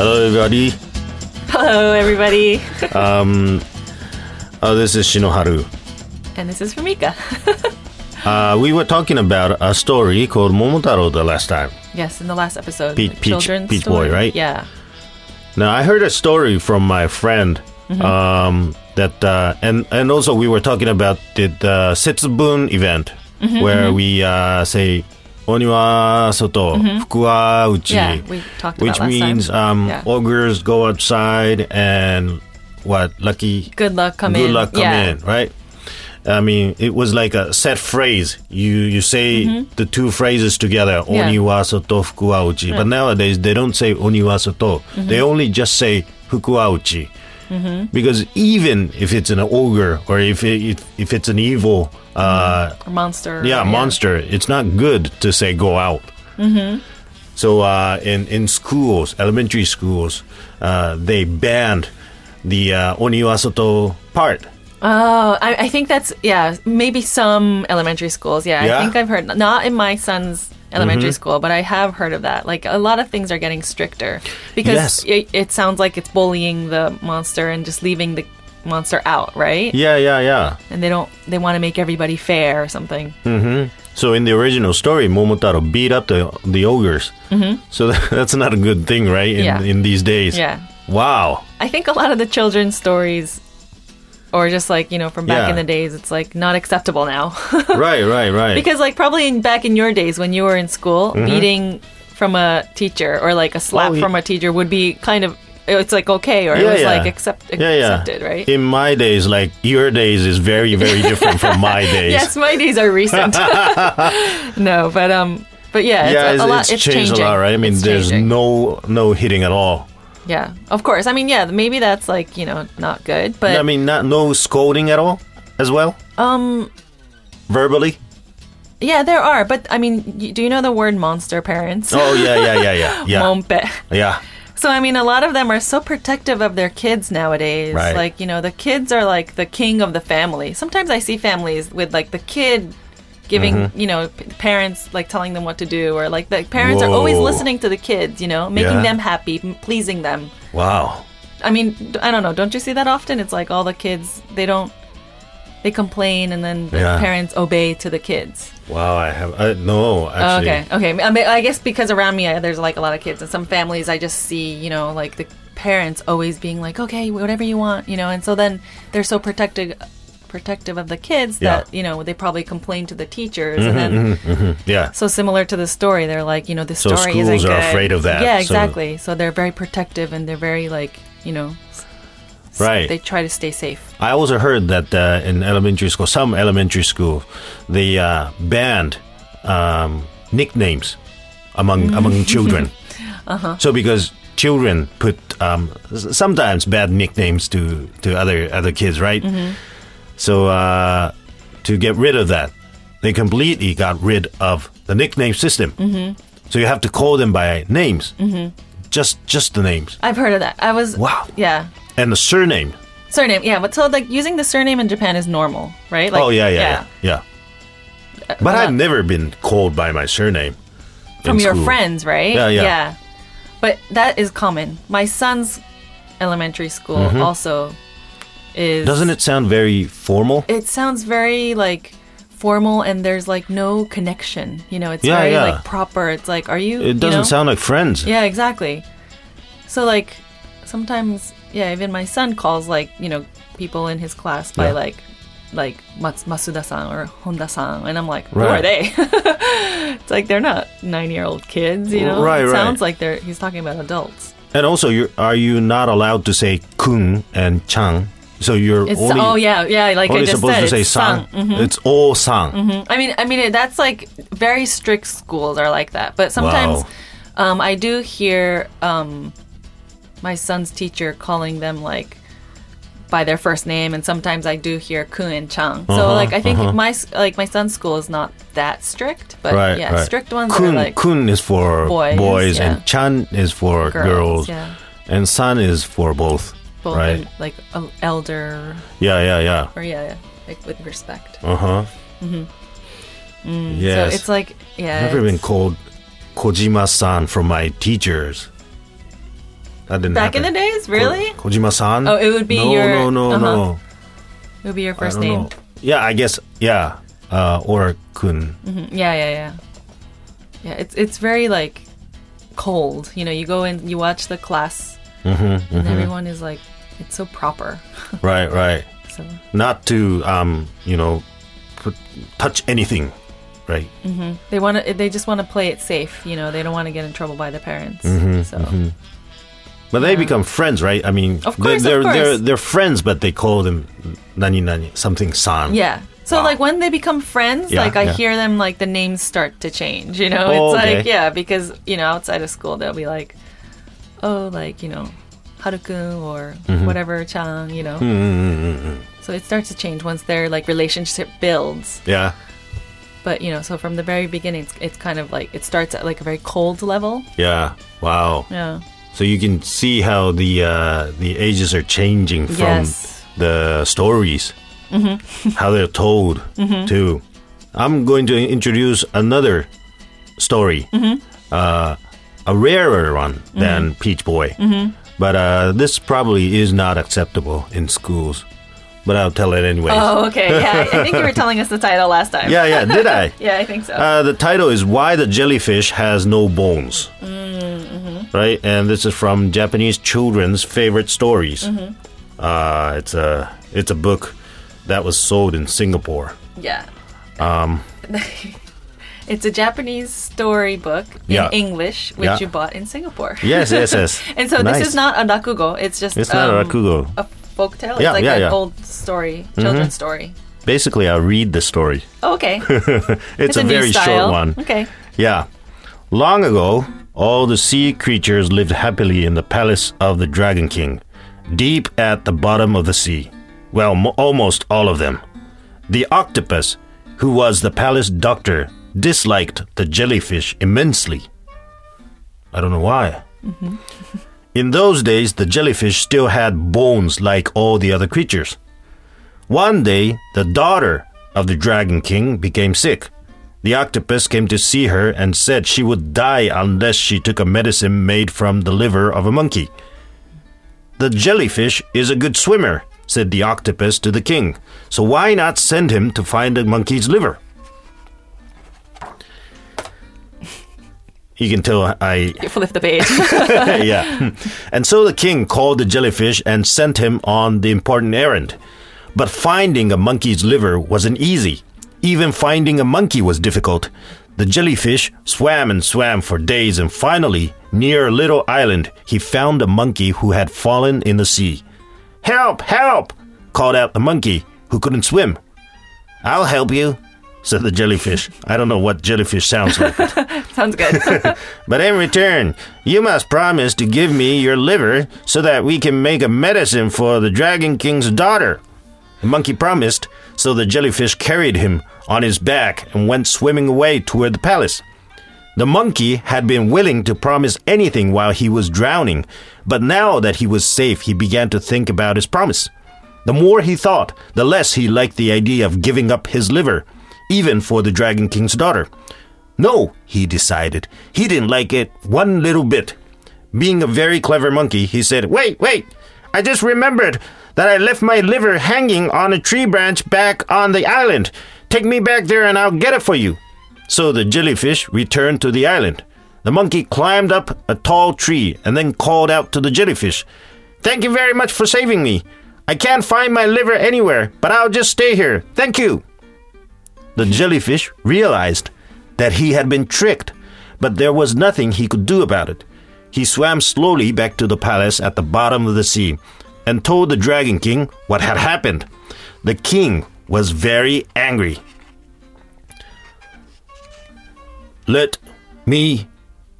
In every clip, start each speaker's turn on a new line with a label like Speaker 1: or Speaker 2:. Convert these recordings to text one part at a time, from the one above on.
Speaker 1: Hello, everybody.
Speaker 2: Hello, everybody.
Speaker 1: Um, uh, this is Shinoharu.
Speaker 2: And this is Fumika.
Speaker 1: Uh, we were talking about a story called Momotaro the last time.
Speaker 2: yes, in the last episode,
Speaker 1: Peach-
Speaker 2: the
Speaker 1: Peach-
Speaker 2: children's
Speaker 1: Peach
Speaker 2: story.
Speaker 1: Boy, right?
Speaker 2: Yeah.
Speaker 1: Now, I heard a story from my friend.
Speaker 2: Mm-hmm.
Speaker 1: Um, that uh, and and also we were talking about the, the Setsubun event
Speaker 2: Mm-hmm,
Speaker 1: where we uh, say Oni wa soto, fuku wa uchi,
Speaker 2: Mm-hmm. Yeah, we talked about
Speaker 1: which
Speaker 2: last time.
Speaker 1: means um,
Speaker 2: Yeah.
Speaker 1: ogres go outside and what lucky
Speaker 2: Good luck come in.
Speaker 1: good luck come
Speaker 2: yeah.
Speaker 1: in, right? I mean, it was like a set phrase. You you say the two phrases together,
Speaker 2: Mm-hmm. Yeah.
Speaker 1: oniwa soto fukuwa uchi. But nowadays they don't say oniwa soto.
Speaker 2: Mm-hmm.
Speaker 1: They only just say fukuwa uchi. Because even if it's an ogre or if it, if, if it's an evil, uh,
Speaker 2: Or monster.
Speaker 1: yeah, monster, it's not good to say go out.
Speaker 2: Mm-hmm.
Speaker 1: So uh, in in schools, elementary schools, uh, they banned the uh, oniwa soto part.
Speaker 2: Oh, I, I think that's yeah. Maybe some elementary schools. Yeah,
Speaker 1: Yeah? Mm-hmm.
Speaker 2: I think I've heard not in my son's elementary school, but I have heard of that. Like a lot of things are getting stricter because
Speaker 1: Yes.
Speaker 2: it, it sounds like it's bullying the monster and just leaving the monster out, right?
Speaker 1: Yeah, yeah, yeah.
Speaker 2: And they don't. They want to make everybody fair or something.
Speaker 1: Mm. So in the original story, Momotaro beat up the the ogres. Mm-hmm. So that's not a good thing, right? In,
Speaker 2: Yeah.
Speaker 1: in these days.
Speaker 2: Yeah.
Speaker 1: Wow.
Speaker 2: I think a lot of the children's stories, or just like you know from back
Speaker 1: Yeah.
Speaker 2: in the days, it's like not acceptable now.
Speaker 1: right, right, right.
Speaker 2: because like probably in, back in your days when you were in school,
Speaker 1: Mm-hmm.
Speaker 2: beating from a teacher or like a slap
Speaker 1: Oh, ye-
Speaker 2: from a teacher would be kind of it's like okay or it was like accept accepted, right?
Speaker 1: In my days, like your days is very, very different from my days.
Speaker 2: yes, my days are recent. no, but um, but yeah,
Speaker 1: yeah,
Speaker 2: it's,
Speaker 1: it's,
Speaker 2: a, a lot.
Speaker 1: it's changed a lot, right? I mean,
Speaker 2: It's
Speaker 1: there's
Speaker 2: changing.
Speaker 1: no no hitting at all.
Speaker 2: Yeah, of course. I mean, yeah, maybe that's like you know not good, but
Speaker 1: I mean, not no scolding at all, as well.
Speaker 2: um,
Speaker 1: Verbally.
Speaker 2: yeah, there are. But I mean, y- do you know the word monster parents?
Speaker 1: Oh yeah, yeah, yeah, yeah, yeah,
Speaker 2: Mompe.
Speaker 1: yeah.
Speaker 2: So I mean, a lot of them are so protective of their kids nowadays.
Speaker 1: Right.
Speaker 2: Like you know, the kids are like the king of the family. Sometimes I see families with like the kid giving
Speaker 1: Mm-hmm.
Speaker 2: you know p- parents like telling them what to do, or like the parents are always
Speaker 1: Whoa.
Speaker 2: listening to the kids. You know,
Speaker 1: Yeah.
Speaker 2: making them happy, m- pleasing them.
Speaker 1: Wow.
Speaker 2: I mean, d- I don't know. Don't you see that often? It's like all the kids they don't they complain, and then the
Speaker 1: Yeah.
Speaker 2: parents obey to the kids.
Speaker 1: Wow. I have. I, no, actually.
Speaker 2: Oh, Okay, okay. I, mean, I guess because around me, I, there's like a lot of kids, and some families I just see, you know, like the parents always being like, okay, whatever you want, you know, and so then they're so protective, protective of the kids that,
Speaker 1: Yeah. Mm-hmm,
Speaker 2: you know, they probably complain to the teachers. and then,
Speaker 1: Yeah.
Speaker 2: so similar to the story, they're like, you know, the story isn't
Speaker 1: schools are
Speaker 2: good.
Speaker 1: afraid of that,
Speaker 2: Yeah,
Speaker 1: so-
Speaker 2: exactly. So, they're very protective and they're very, like, you know, s- s-
Speaker 1: Right.
Speaker 2: They try to stay safe.
Speaker 1: I also heard that uh, in elementary school, some elementary school, they uh, banned um, nicknames among among children. So because children put um, s- sometimes bad nicknames to, to other other kids, right? So uh, to get rid of that, they completely got rid of the nickname system. So you have to call them by names, just just the names
Speaker 2: I've heard of that. I was.
Speaker 1: Wow.
Speaker 2: Yeah.
Speaker 1: and the surname.
Speaker 2: Surname, yeah, but so like using the surname in Japan is normal, right? Like,
Speaker 1: oh yeah, yeah, yeah. yeah. But
Speaker 2: uh,
Speaker 1: I've never been called by my surname.
Speaker 2: from
Speaker 1: in
Speaker 2: your
Speaker 1: school.
Speaker 2: friends, right?
Speaker 1: Yeah, yeah.
Speaker 2: But that is common. My son's elementary school also is.
Speaker 1: Mm-hmm. Doesn't it sound very formal?
Speaker 2: It sounds very like formal, and there's like no connection. You know, it's
Speaker 1: Yeah,
Speaker 2: very
Speaker 1: yeah.
Speaker 2: like proper. It's like, are you? you
Speaker 1: It doesn't
Speaker 2: know?
Speaker 1: sound like friends.
Speaker 2: Yeah, exactly. So like sometimes, yeah, even my son calls like you know people in his class by
Speaker 1: Yeah.
Speaker 2: like like Mats- Masuda-san or Honda-san, and I'm like, who
Speaker 1: Right.
Speaker 2: are they? it's like they're not nine-year-old kids, you know.
Speaker 1: Right,
Speaker 2: it
Speaker 1: right.
Speaker 2: Sounds like they're he's talking about adults.
Speaker 1: And also, you are you not allowed to say kun and chang? So you're
Speaker 2: It's
Speaker 1: only
Speaker 2: oh yeah yeah like I
Speaker 1: only
Speaker 2: just
Speaker 1: supposed to
Speaker 2: said
Speaker 1: say
Speaker 2: it's Mm-hmm.
Speaker 1: sang.
Speaker 2: san.
Speaker 1: It's all sang.
Speaker 2: I mean, I mean, that's like very strict schools are like that. But sometimes,
Speaker 1: Wow.
Speaker 2: um, I do hear um, my son's teacher calling them like by their first name, and sometimes I do hear Kun and Chang.
Speaker 1: Uh-huh,
Speaker 2: so like, I think my s like my son's school is not that strict, but
Speaker 1: Right,
Speaker 2: yeah,
Speaker 1: right.
Speaker 2: strict ones
Speaker 1: kun,
Speaker 2: are like
Speaker 1: kun is for
Speaker 2: boys, yeah.
Speaker 1: and chan is for
Speaker 2: Girls,
Speaker 1: girls,
Speaker 2: yeah.
Speaker 1: and san is for both.
Speaker 2: both
Speaker 1: right?
Speaker 2: in, like el- elder
Speaker 1: Yeah, yeah, yeah.
Speaker 2: or yeah, yeah, like with respect.
Speaker 1: Uh huh. Yes.
Speaker 2: Mm-hmm. Mm, So it's like yeah,
Speaker 1: I've never
Speaker 2: it's-
Speaker 1: been called Kojima-san from my teachers. That didn't
Speaker 2: Back in
Speaker 1: happen.
Speaker 2: the days, really?
Speaker 1: Ko- Kojima-san?
Speaker 2: Oh, it would be
Speaker 1: no,
Speaker 2: your-
Speaker 1: No, no,
Speaker 2: uh-huh.
Speaker 1: no.
Speaker 2: It would be your
Speaker 1: I
Speaker 2: first
Speaker 1: don't
Speaker 2: name.
Speaker 1: know. Yeah, I guess. Yeah. Uh, or Kun.
Speaker 2: Mhm. Yeah, yeah, yeah. Yeah, it's it's very like cold. You know, you go and you watch the class, and everyone is like, it's so proper.
Speaker 1: Right, right.
Speaker 2: So
Speaker 1: Not to, um, you know, put, touch anything. Right.
Speaker 2: they want to, they just want to play it safe. You know, they don't want to get in trouble by their parents. so
Speaker 1: But they become friends, right? I mean,
Speaker 2: Of course,
Speaker 1: they're,
Speaker 2: of
Speaker 1: they're, they're,
Speaker 2: course.
Speaker 1: they're friends, but they call them nani nani, something san.
Speaker 2: yeah. So
Speaker 1: Wow.
Speaker 2: like when they become friends,
Speaker 1: Yeah,
Speaker 2: like I
Speaker 1: yeah.
Speaker 2: hear them like the names start to change. You know,
Speaker 1: Oh,
Speaker 2: it's
Speaker 1: okay.
Speaker 2: like yeah, because you know outside of school they'll be like, oh, like you know, Harukun or
Speaker 1: Mm-hmm.
Speaker 2: whatever Chang. You know. So it starts to change once their like relationship builds.
Speaker 1: Yeah.
Speaker 2: But you know, so from the very beginning, it's, it's kind of like it starts at like a very cold level.
Speaker 1: Yeah. Wow.
Speaker 2: Yeah.
Speaker 1: So you can see how the uh, the ages are changing from
Speaker 2: Yes. Mm-hmm.
Speaker 1: the stories, how they're told too. I'm going to introduce another story,
Speaker 2: Mm-hmm.
Speaker 1: uh, a rarer one than Peach Boy,
Speaker 2: Mm-hmm.
Speaker 1: but uh, this probably is not acceptable in schools. But I'll tell it anyway.
Speaker 2: Oh, okay. Yeah, I think you were telling us the title last time.
Speaker 1: Yeah, yeah. Did I?
Speaker 2: Yeah, I think so.
Speaker 1: Uh, the title is Why the Jellyfish Has No Bones. Right? And this is from Japanese children's favorite stories. Uh, it's, a, it's a book that was sold in Singapore.
Speaker 2: yeah. Um. it's a Japanese storybook in
Speaker 1: Yeah.
Speaker 2: English, which
Speaker 1: Yeah.
Speaker 2: you bought in Singapore.
Speaker 1: Yes, yes, yes.
Speaker 2: And so
Speaker 1: Nice.
Speaker 2: this is not a nakugo. It's just um,
Speaker 1: It's not a rakugo.
Speaker 2: a folk tale. It's
Speaker 1: Yeah,
Speaker 2: like
Speaker 1: yeah, Mm-hmm.
Speaker 2: an
Speaker 1: yeah.
Speaker 2: old story, children's story.
Speaker 1: Basically, I read the story.
Speaker 2: Oh, okay.
Speaker 1: it's, a,
Speaker 2: new
Speaker 1: very short
Speaker 2: style.
Speaker 1: one.
Speaker 2: Okay.
Speaker 1: Yeah. Long ago, all the sea creatures lived happily in the palace of the Dragon King, deep at the bottom of the sea. Well, mo almost all of them. The octopus, who was the palace doctor, disliked the jellyfish immensely. I don't know why. in those days, the jellyfish still had bones like all the other creatures. One day, the daughter of the Dragon King became sick. The octopus came to see her and said she would die unless she took a medicine made from the liver of a monkey. The jellyfish is a good swimmer, said the octopus to the king, so why not send him to find a monkey's liver? You can tell I
Speaker 2: You flip the page.
Speaker 1: yeah. And so the king called the jellyfish and sent him on the important errand. But finding a monkey's liver wasn't easy. Even finding a monkey was difficult. The jellyfish swam and swam for days, and finally, near a little island, he found a monkey who had fallen in the sea. Help! Help! called out the monkey, who couldn't swim. I'll help you, said the jellyfish. I don't know what jellyfish sounds like.
Speaker 2: Sounds good.
Speaker 1: But in return, you must promise to give me your liver so that we can make a medicine for the Dragon King's daughter. The monkey promised, so the jellyfish carried him on his back and went swimming away toward the palace. The monkey had been willing to promise anything while he was drowning, but now that he was safe, he began to think about his promise. The more he thought, the less he liked the idea of giving up his liver, even for the Dragon King's daughter. No, he decided. He didn't like it one little bit. Being a very clever monkey, he said, Wait, wait! I just remembered that I left my liver hanging on a tree branch back on the island. Take me back there and I'll get it for you. So the jellyfish returned to the island. The monkey climbed up a tall tree and then called out to the jellyfish, Thank you very much for saving me. I can't find my liver anywhere, but I'll just stay here. Thank you. The jellyfish realized that he had been tricked, but there was nothing he could do about it. He swam slowly back to the palace at the bottom of the sea and told the Dragon King what had happened. The king was very angry. Let me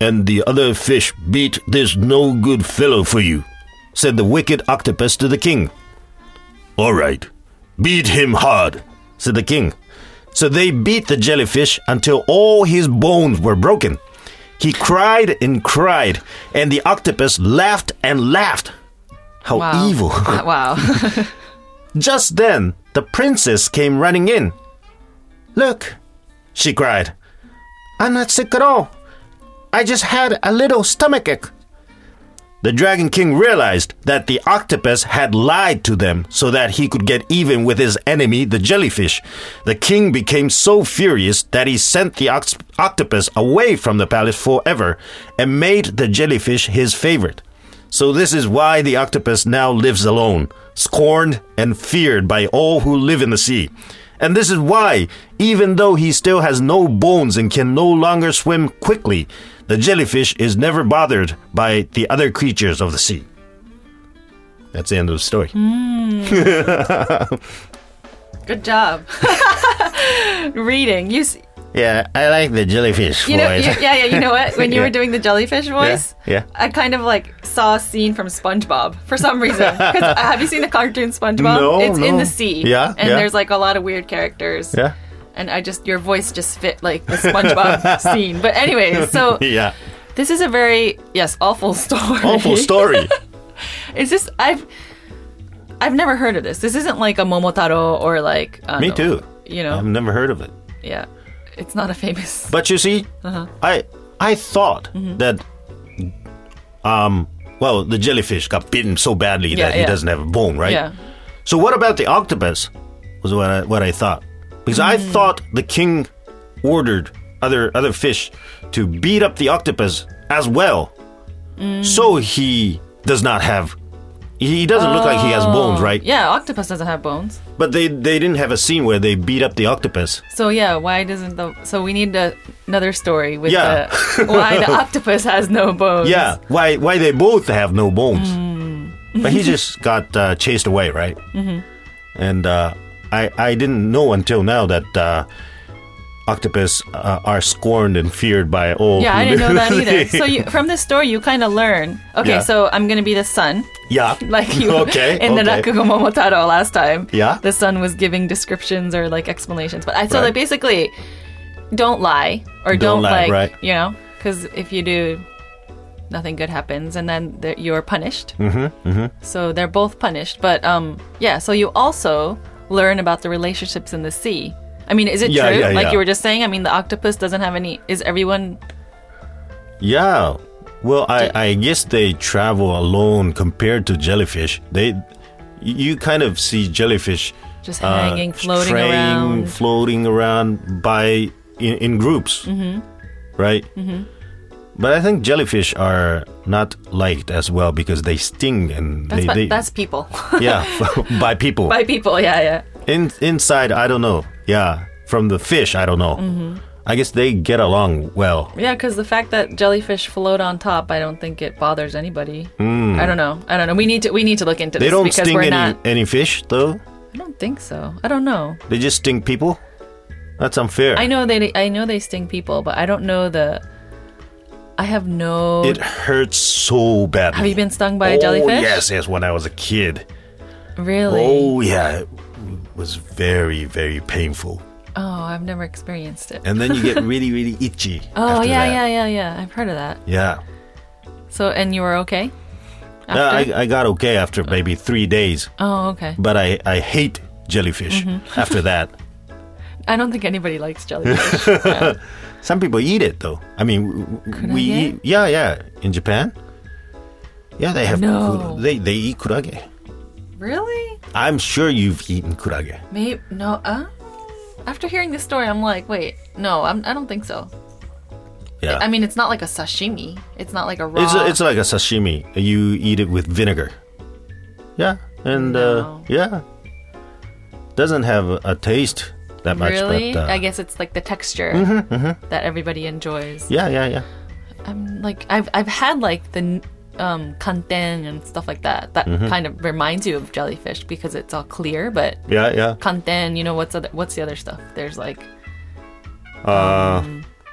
Speaker 1: and the other fish beat this no good fellow for you, said the wicked octopus to the king. All right, beat him hard, said the king. So they beat the jellyfish until all his bones were broken. He cried and cried, and the octopus laughed and laughed. How
Speaker 2: Wow.
Speaker 1: evil!
Speaker 2: wow.
Speaker 1: Just then, the princess came running in. Look, she cried. I'm not sick at all. I just had a little stomachache. The Dragon King realized that the octopus had lied to them so that he could get even with his enemy, the jellyfish. The king became so furious that he sent the ox- octopus away from the palace forever and made the jellyfish his favorite. So, this is why the octopus now lives alone, scorned and feared by all who live in the sea. And this is why, even though he still has no bones and can no longer swim quickly, the jellyfish is never bothered by the other creatures of the sea. That's the end of the story.
Speaker 2: Hmm? Good job. Reading. You, s-
Speaker 1: Yeah, I like the jellyfish
Speaker 2: you know, you, yeah, yeah. You know what? When you were
Speaker 1: Yeah.
Speaker 2: doing the jellyfish voice,
Speaker 1: yeah.
Speaker 2: I kind of like saw a scene from SpongeBob for some reason. 'Cause, uh, have you seen the cartoon SpongeBob?
Speaker 1: No,
Speaker 2: it's in
Speaker 1: no.
Speaker 2: the sea.
Speaker 1: Yeah,
Speaker 2: and
Speaker 1: yeah.
Speaker 2: there's like a lot of weird characters.
Speaker 1: Yeah.
Speaker 2: and I just your voice just fit like the SpongeBob scene. But anyway, so
Speaker 1: yeah.
Speaker 2: this is a very yes awful story.
Speaker 1: Awful story.
Speaker 2: It's just I've I've never heard of this. This isn't like a Momotaro or like I don't
Speaker 1: Me
Speaker 2: know,
Speaker 1: too. Um,
Speaker 2: You
Speaker 1: I've
Speaker 2: know,
Speaker 1: never heard of it.
Speaker 2: yeah, it's not a famous.
Speaker 1: But you see,
Speaker 2: Uh-huh.
Speaker 1: I I thought
Speaker 2: Mm-hmm.
Speaker 1: that um well, the jellyfish got bitten so badly
Speaker 2: Yeah,
Speaker 1: that he
Speaker 2: yeah.
Speaker 1: doesn't have a bone, right?
Speaker 2: Yeah,
Speaker 1: So what about the octopus? Was what I, what I thought. Because I
Speaker 2: Hmm.
Speaker 1: thought the king ordered other other fish to beat up the octopus as well.
Speaker 2: Mm.
Speaker 1: So he does not have he doesn't look like he has bones, right?
Speaker 2: yeah. Octopus doesn't have bones,
Speaker 1: But they they didn't have a scene where they beat up the octopus.
Speaker 2: so yeah. Why doesn't the? So we need a, another story with
Speaker 1: Yeah.
Speaker 2: the, why the octopus has no bones.
Speaker 1: Yeah, why why they both have no bones?
Speaker 2: Mm.
Speaker 1: but he just got uh, chased away, right? Mm-hmm. And uh, I I didn't know until now that uh, octopus uh, are scorned and feared by all.
Speaker 2: Yeah,
Speaker 1: who
Speaker 2: I didn't know that
Speaker 1: live in the
Speaker 2: either.
Speaker 1: sea.
Speaker 2: So you, from this story, you kind of learn. Okay,
Speaker 1: Yeah.
Speaker 2: so I'm gonna be the sun.
Speaker 1: yeah,
Speaker 2: like you
Speaker 1: okay
Speaker 2: in the
Speaker 1: okay.
Speaker 2: Rakugo Momotaro last time.
Speaker 1: Yeah.
Speaker 2: The son was giving descriptions or like explanations. But I so
Speaker 1: Right.
Speaker 2: like basically don't lie or don't,
Speaker 1: Don't lie,
Speaker 2: like
Speaker 1: right.
Speaker 2: you know cuz if you do nothing good happens and then th- you're punished. Mhm.
Speaker 1: Mm-hmm,
Speaker 2: Mhm. So they're both punished, but um yeah, so you also learn about the relationships in the sea. I mean, is it
Speaker 1: Yeah,
Speaker 2: true?
Speaker 1: yeah,
Speaker 2: like
Speaker 1: yeah.
Speaker 2: you were just saying, I mean, the octopus doesn't have any is everyone
Speaker 1: Yeah. Well, I, I guess they travel alone compared to jellyfish. They, you kind of see jellyfish
Speaker 2: Just hanging, floating
Speaker 1: Uh, straying,
Speaker 2: around.
Speaker 1: floating around by in, in groups, mm-hmm. right? Mm-hmm. But I think jellyfish are not liked as well because they sting and
Speaker 2: that's
Speaker 1: they,
Speaker 2: by,
Speaker 1: they
Speaker 2: that's people.
Speaker 1: yeah by people
Speaker 2: by people, yeah, yeah.
Speaker 1: in, inside. I don't know. Yeah, from the fish, I don't know. Mm-hmm. I guess they get along well.
Speaker 2: Yeah, because the fact that jellyfish float on top, I don't think it bothers anybody. I don't know. I don't know. We need to we need to look into
Speaker 1: Hmm. They
Speaker 2: this
Speaker 1: don't
Speaker 2: because
Speaker 1: sting
Speaker 2: we're
Speaker 1: any
Speaker 2: not.
Speaker 1: any fish though.
Speaker 2: I don't think so. I don't know.
Speaker 1: They just sting people? That's unfair.
Speaker 2: I know they I know they sting people, but I don't know the. I have no.
Speaker 1: It hurts so badly.
Speaker 2: have you been stung by
Speaker 1: oh,
Speaker 2: a jellyfish?
Speaker 1: Yes, yes, when I was a kid.
Speaker 2: Really?
Speaker 1: Oh, yeah. It was very, very painful.
Speaker 2: Oh, I've never experienced it.
Speaker 1: And then you get really, really itchy.
Speaker 2: Oh
Speaker 1: after
Speaker 2: yeah,
Speaker 1: that.
Speaker 2: yeah, yeah, yeah. I've heard of that.
Speaker 1: Yeah.
Speaker 2: So and you were okay.
Speaker 1: Uh, I, I got okay after maybe three days,
Speaker 2: oh okay.
Speaker 1: but I, I hate jellyfish after that.
Speaker 2: I don't think anybody likes jellyfish.
Speaker 1: Some people eat it though. I mean, w- w- we
Speaker 2: Kurage?
Speaker 1: eat. Yeah, yeah. In Japan? Yeah, they have.
Speaker 2: No.
Speaker 1: kura- They, they eat kurage.
Speaker 2: really?
Speaker 1: I'm sure you've eaten kurage.
Speaker 2: Maybe no. Uh, after hearing this story, I'm like, wait, no, I'm, I don't think so.
Speaker 1: Yeah.
Speaker 2: I mean, it's not like a sashimi. It's not like a raw.
Speaker 1: It's it's like a sashimi. You eat it with vinegar. Yeah, and uh,
Speaker 2: No.
Speaker 1: yeah, doesn't have a, a taste that much. Mm-hmm,
Speaker 2: really.
Speaker 1: But, uh,
Speaker 2: I guess it's like the texture that everybody enjoys.
Speaker 1: Yeah, yeah, yeah.
Speaker 2: I'm like, I've I've had like the um kanten and stuff like that. That
Speaker 1: Mm-hmm.
Speaker 2: kind of reminds you of jellyfish because it's all clear. But
Speaker 1: Yeah, yeah.
Speaker 2: kanten, you know what's other, what's the other stuff? There's like
Speaker 1: Uh,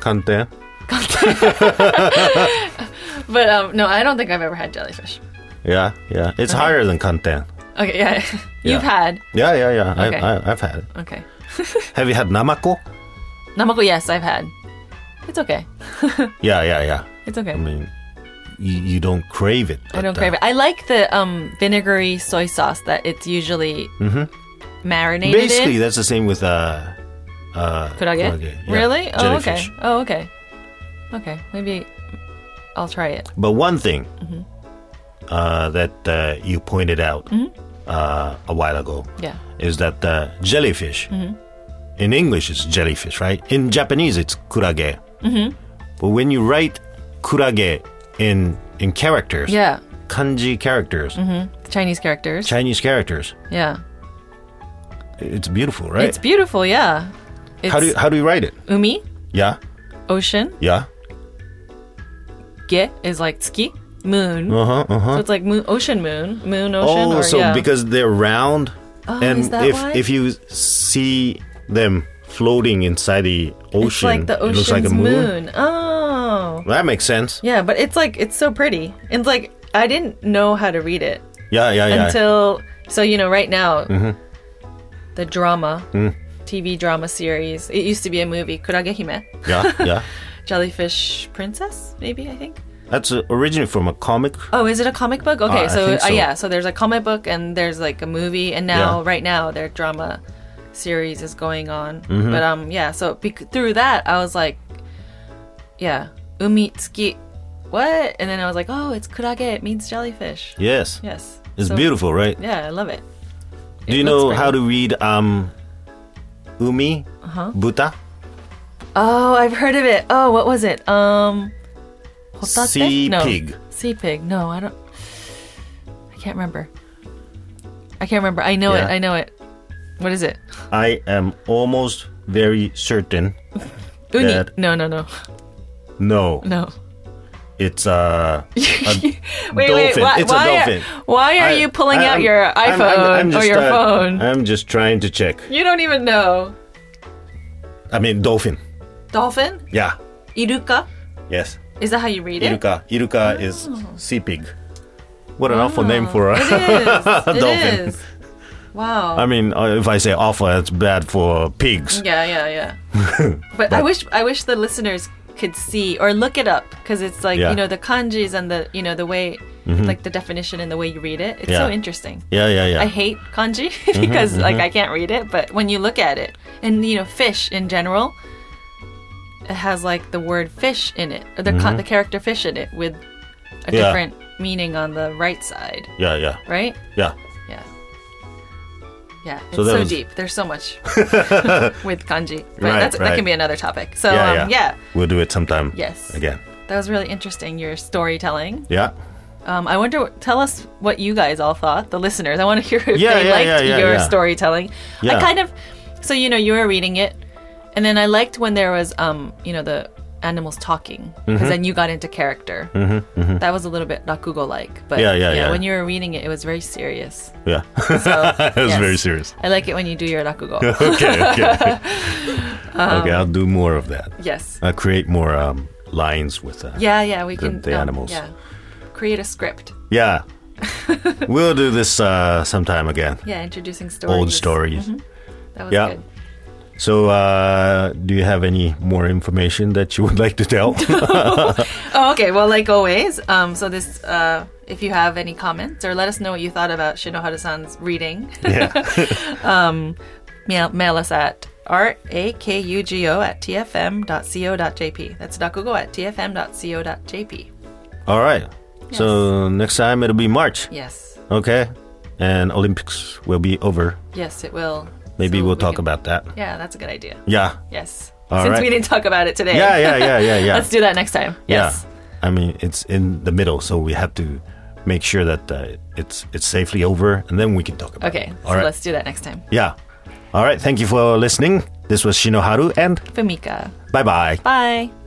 Speaker 1: Kanten.
Speaker 2: but um no, I don't think I've ever had jellyfish.
Speaker 1: Yeah, yeah. It's higher than Kanten.
Speaker 2: Okay, yeah,
Speaker 1: Yeah.
Speaker 2: you've had
Speaker 1: Yeah, yeah, yeah.
Speaker 2: Okay.
Speaker 1: I, I, I've had it.
Speaker 2: okay.
Speaker 1: Have you had namako?
Speaker 2: Namako, yes, I've had. It's okay.
Speaker 1: Yeah, yeah, yeah.
Speaker 2: It's okay.
Speaker 1: I mean, you, you don't crave it.
Speaker 2: I
Speaker 1: Mm-hmm. but,
Speaker 2: don't
Speaker 1: uh,
Speaker 2: crave it. I like the um, vinegary soy sauce that it's usually marinated
Speaker 1: Mm-hmm. Basically,
Speaker 2: in.
Speaker 1: that's the same with uh, uh,
Speaker 2: Kurage?
Speaker 1: yeah,
Speaker 2: Really? Oh, okay.
Speaker 1: jellyfish.
Speaker 2: Oh, okay. Okay. Maybe I'll try it.
Speaker 1: But one thing, uh, that uh, you pointed out
Speaker 2: Mm-hmm.
Speaker 1: uh, a while ago
Speaker 2: Yeah.
Speaker 1: is that uh, jellyfish,
Speaker 2: Mm-hmm.
Speaker 1: in English it's jellyfish, right? In Japanese it's kurage.
Speaker 2: Mm-hmm.
Speaker 1: But when you write kurage in in characters,
Speaker 2: Yeah. Mm-hmm.
Speaker 1: kanji characters,
Speaker 2: Chinese characters.
Speaker 1: Chinese characters,
Speaker 2: yeah.
Speaker 1: it's beautiful, right?
Speaker 2: It's beautiful, yeah. It's
Speaker 1: how do you, how do you write it?
Speaker 2: umi,
Speaker 1: Yeah,
Speaker 2: ocean,
Speaker 1: yeah,
Speaker 2: ge is like tsuki, moon.
Speaker 1: uh huh, uh huh.
Speaker 2: So it's like moon, ocean moon, moon, ocean.
Speaker 1: oh,
Speaker 2: or,
Speaker 1: so
Speaker 2: yeah.
Speaker 1: because they're round,
Speaker 2: Oh,
Speaker 1: and
Speaker 2: is that
Speaker 1: if
Speaker 2: why?
Speaker 1: if you see them floating inside the ocean,
Speaker 2: it's like the
Speaker 1: it
Speaker 2: ocean's
Speaker 1: looks like a
Speaker 2: moon. Oh.
Speaker 1: That makes sense.
Speaker 2: Yeah, but it's like, it's so pretty. It's like, I didn't know how to read it
Speaker 1: Yeah, yeah, yeah. Mm-hmm.
Speaker 2: until, so, you know, right now, the drama, TV drama series, it used to be a movie, Kuragehime,
Speaker 1: yeah, yeah.
Speaker 2: Jellyfish Princess, maybe, I think.
Speaker 1: That's uh, originally from a comic.
Speaker 2: Oh, is it a comic book? Okay,
Speaker 1: I
Speaker 2: so,
Speaker 1: think
Speaker 2: Uh,
Speaker 1: so.
Speaker 2: yeah, so there's a comic book and there's like a movie, and now
Speaker 1: Yeah.
Speaker 2: right now their drama series is going on.
Speaker 1: Mm-hmm.
Speaker 2: But um, yeah, so bec- through that I was like, yeah, umitsuki, what? And then I was like, oh, it's kurage. It means jellyfish.
Speaker 1: Yes,
Speaker 2: Yes,
Speaker 1: it's
Speaker 2: So,
Speaker 1: beautiful, right?
Speaker 2: Yeah, I love it.
Speaker 1: Do you
Speaker 2: looks
Speaker 1: know
Speaker 2: pretty.
Speaker 1: how to read um, umi,
Speaker 2: Uh-huh.
Speaker 1: buta,
Speaker 2: Oh, I've heard of it. Oh, what was it? Um, hotate?
Speaker 1: sea
Speaker 2: no.
Speaker 1: pig?
Speaker 2: Sea pig. No, I don't. I can't remember. I can't remember. I know
Speaker 1: Yeah.
Speaker 2: it. I know it. What is it?
Speaker 1: I am almost very certain.
Speaker 2: Uni.
Speaker 1: That-
Speaker 2: No, no, no,
Speaker 1: No,
Speaker 2: no.
Speaker 1: it's uh, a
Speaker 2: Wait,
Speaker 1: dolphin.
Speaker 2: why,
Speaker 1: it's
Speaker 2: why
Speaker 1: a
Speaker 2: are-
Speaker 1: dolphin.
Speaker 2: why are
Speaker 1: I-
Speaker 2: you pulling
Speaker 1: I-
Speaker 2: out
Speaker 1: I'm-
Speaker 2: your
Speaker 1: I'm-
Speaker 2: iPhone
Speaker 1: I'm- I'm
Speaker 2: or
Speaker 1: just,
Speaker 2: your
Speaker 1: uh,
Speaker 2: phone?
Speaker 1: I'm just trying to check.
Speaker 2: you don't even know.
Speaker 1: I mean, dolphin.
Speaker 2: Dolphin?
Speaker 1: Yeah.
Speaker 2: Iruka?
Speaker 1: Yes.
Speaker 2: Is that how you read it?
Speaker 1: Iruka.
Speaker 2: Oh.
Speaker 1: Iruka is sea pig. What an awful name for a
Speaker 2: It Oh. is.
Speaker 1: dolphin.
Speaker 2: It is. Wow.
Speaker 1: I mean, uh, if I say awful, that's bad for pigs.
Speaker 2: yeah, yeah, yeah. but, I wish I wish the listeners could see or look it up because it's like
Speaker 1: Yeah. Mm-hmm.
Speaker 2: you know the kanjis and the you know the way like the definition and the way you read it. It's so
Speaker 1: Yeah. Mm-hmm,
Speaker 2: interesting.
Speaker 1: Yeah, yeah, yeah.
Speaker 2: I hate kanji because like I can't read it, but when you look at it, and you know, fish in general, it has like the word fish in it, or the ca- the character fish in it with a
Speaker 1: Mm-hmm. Yeah.
Speaker 2: different meaning on the right side,
Speaker 1: yeah, yeah,
Speaker 2: right?
Speaker 1: yeah.
Speaker 2: Yeah. Yeah, it's
Speaker 1: So
Speaker 2: so,
Speaker 1: that was-
Speaker 2: deep. There's so much with kanji. But
Speaker 1: Right,
Speaker 2: that's, that
Speaker 1: right.
Speaker 2: can be another topic. So,
Speaker 1: Yeah,
Speaker 2: um,
Speaker 1: yeah.
Speaker 2: yeah,
Speaker 1: We'll do it sometime.
Speaker 2: Yes.
Speaker 1: Again.
Speaker 2: that was really interesting, your storytelling.
Speaker 1: Yeah.
Speaker 2: Um, I wonder. Tell us what you guys all thought, the listeners. I want to hear if
Speaker 1: Yeah,
Speaker 2: they
Speaker 1: yeah,
Speaker 2: liked
Speaker 1: yeah, yeah,
Speaker 2: your
Speaker 1: yeah.
Speaker 2: storytelling. I
Speaker 1: Yeah.
Speaker 2: kind of. So you know, you were reading it, and then I liked when there was, um, you know, the animals talking, because
Speaker 1: Mm-hmm.
Speaker 2: then you got into character. That was a little bit rakugo like, but
Speaker 1: Yeah, yeah, yeah.
Speaker 2: When you were reading it, it was very serious.
Speaker 1: Yeah.
Speaker 2: So
Speaker 1: that was
Speaker 2: yes.
Speaker 1: very serious.
Speaker 2: I like it when you do your rakugo.
Speaker 1: Okay, okay.
Speaker 2: Um,
Speaker 1: okay, I'll do more of that.
Speaker 2: yes.
Speaker 1: I'll create more um, lines with uh, that.
Speaker 2: Yeah, yeah. We can um,
Speaker 1: the animals.
Speaker 2: Yeah. Create a script.
Speaker 1: Yeah. we'll do this uh, sometime again.
Speaker 2: Yeah, Mm-hmm. introducing stories.
Speaker 1: Old stories.
Speaker 2: That was
Speaker 1: Yeah.
Speaker 2: good.
Speaker 1: So, uh, do you have any more information that you would like to tell?
Speaker 2: Oh, okay. Well, like always. Um, so this, uh, if you have any comments or let us know what you thought about Shinohara-san's reading,
Speaker 1: yeah.
Speaker 2: mail, mail us at rakugo at tfm.co.jp. That's dakugo at tfm.co.jp.
Speaker 1: All right. So, next time it'll be March.
Speaker 2: Yes.
Speaker 1: Okay. And Olympics will be over.
Speaker 2: Yes, it will.
Speaker 1: Maybe
Speaker 2: So
Speaker 1: we'll
Speaker 2: we
Speaker 1: talk
Speaker 2: can-
Speaker 1: about that.
Speaker 2: Yeah, that's a good idea.
Speaker 1: Yeah.
Speaker 2: Yes.
Speaker 1: All
Speaker 2: Since
Speaker 1: right.
Speaker 2: we didn't talk about it today.
Speaker 1: Yeah, yeah, yeah, yeah, yeah.
Speaker 2: Let's do that next time. Yes.
Speaker 1: Yeah. I mean, it's in the middle, so we have to make sure that uh, it's it's safely over and then we can talk about
Speaker 2: Okay.
Speaker 1: it.
Speaker 2: So
Speaker 1: All right.
Speaker 2: let's do that next time.
Speaker 1: Yeah. All right. Thank you for listening. This was Shinoharu and
Speaker 2: Fumika.
Speaker 1: bye-bye.
Speaker 2: Bye.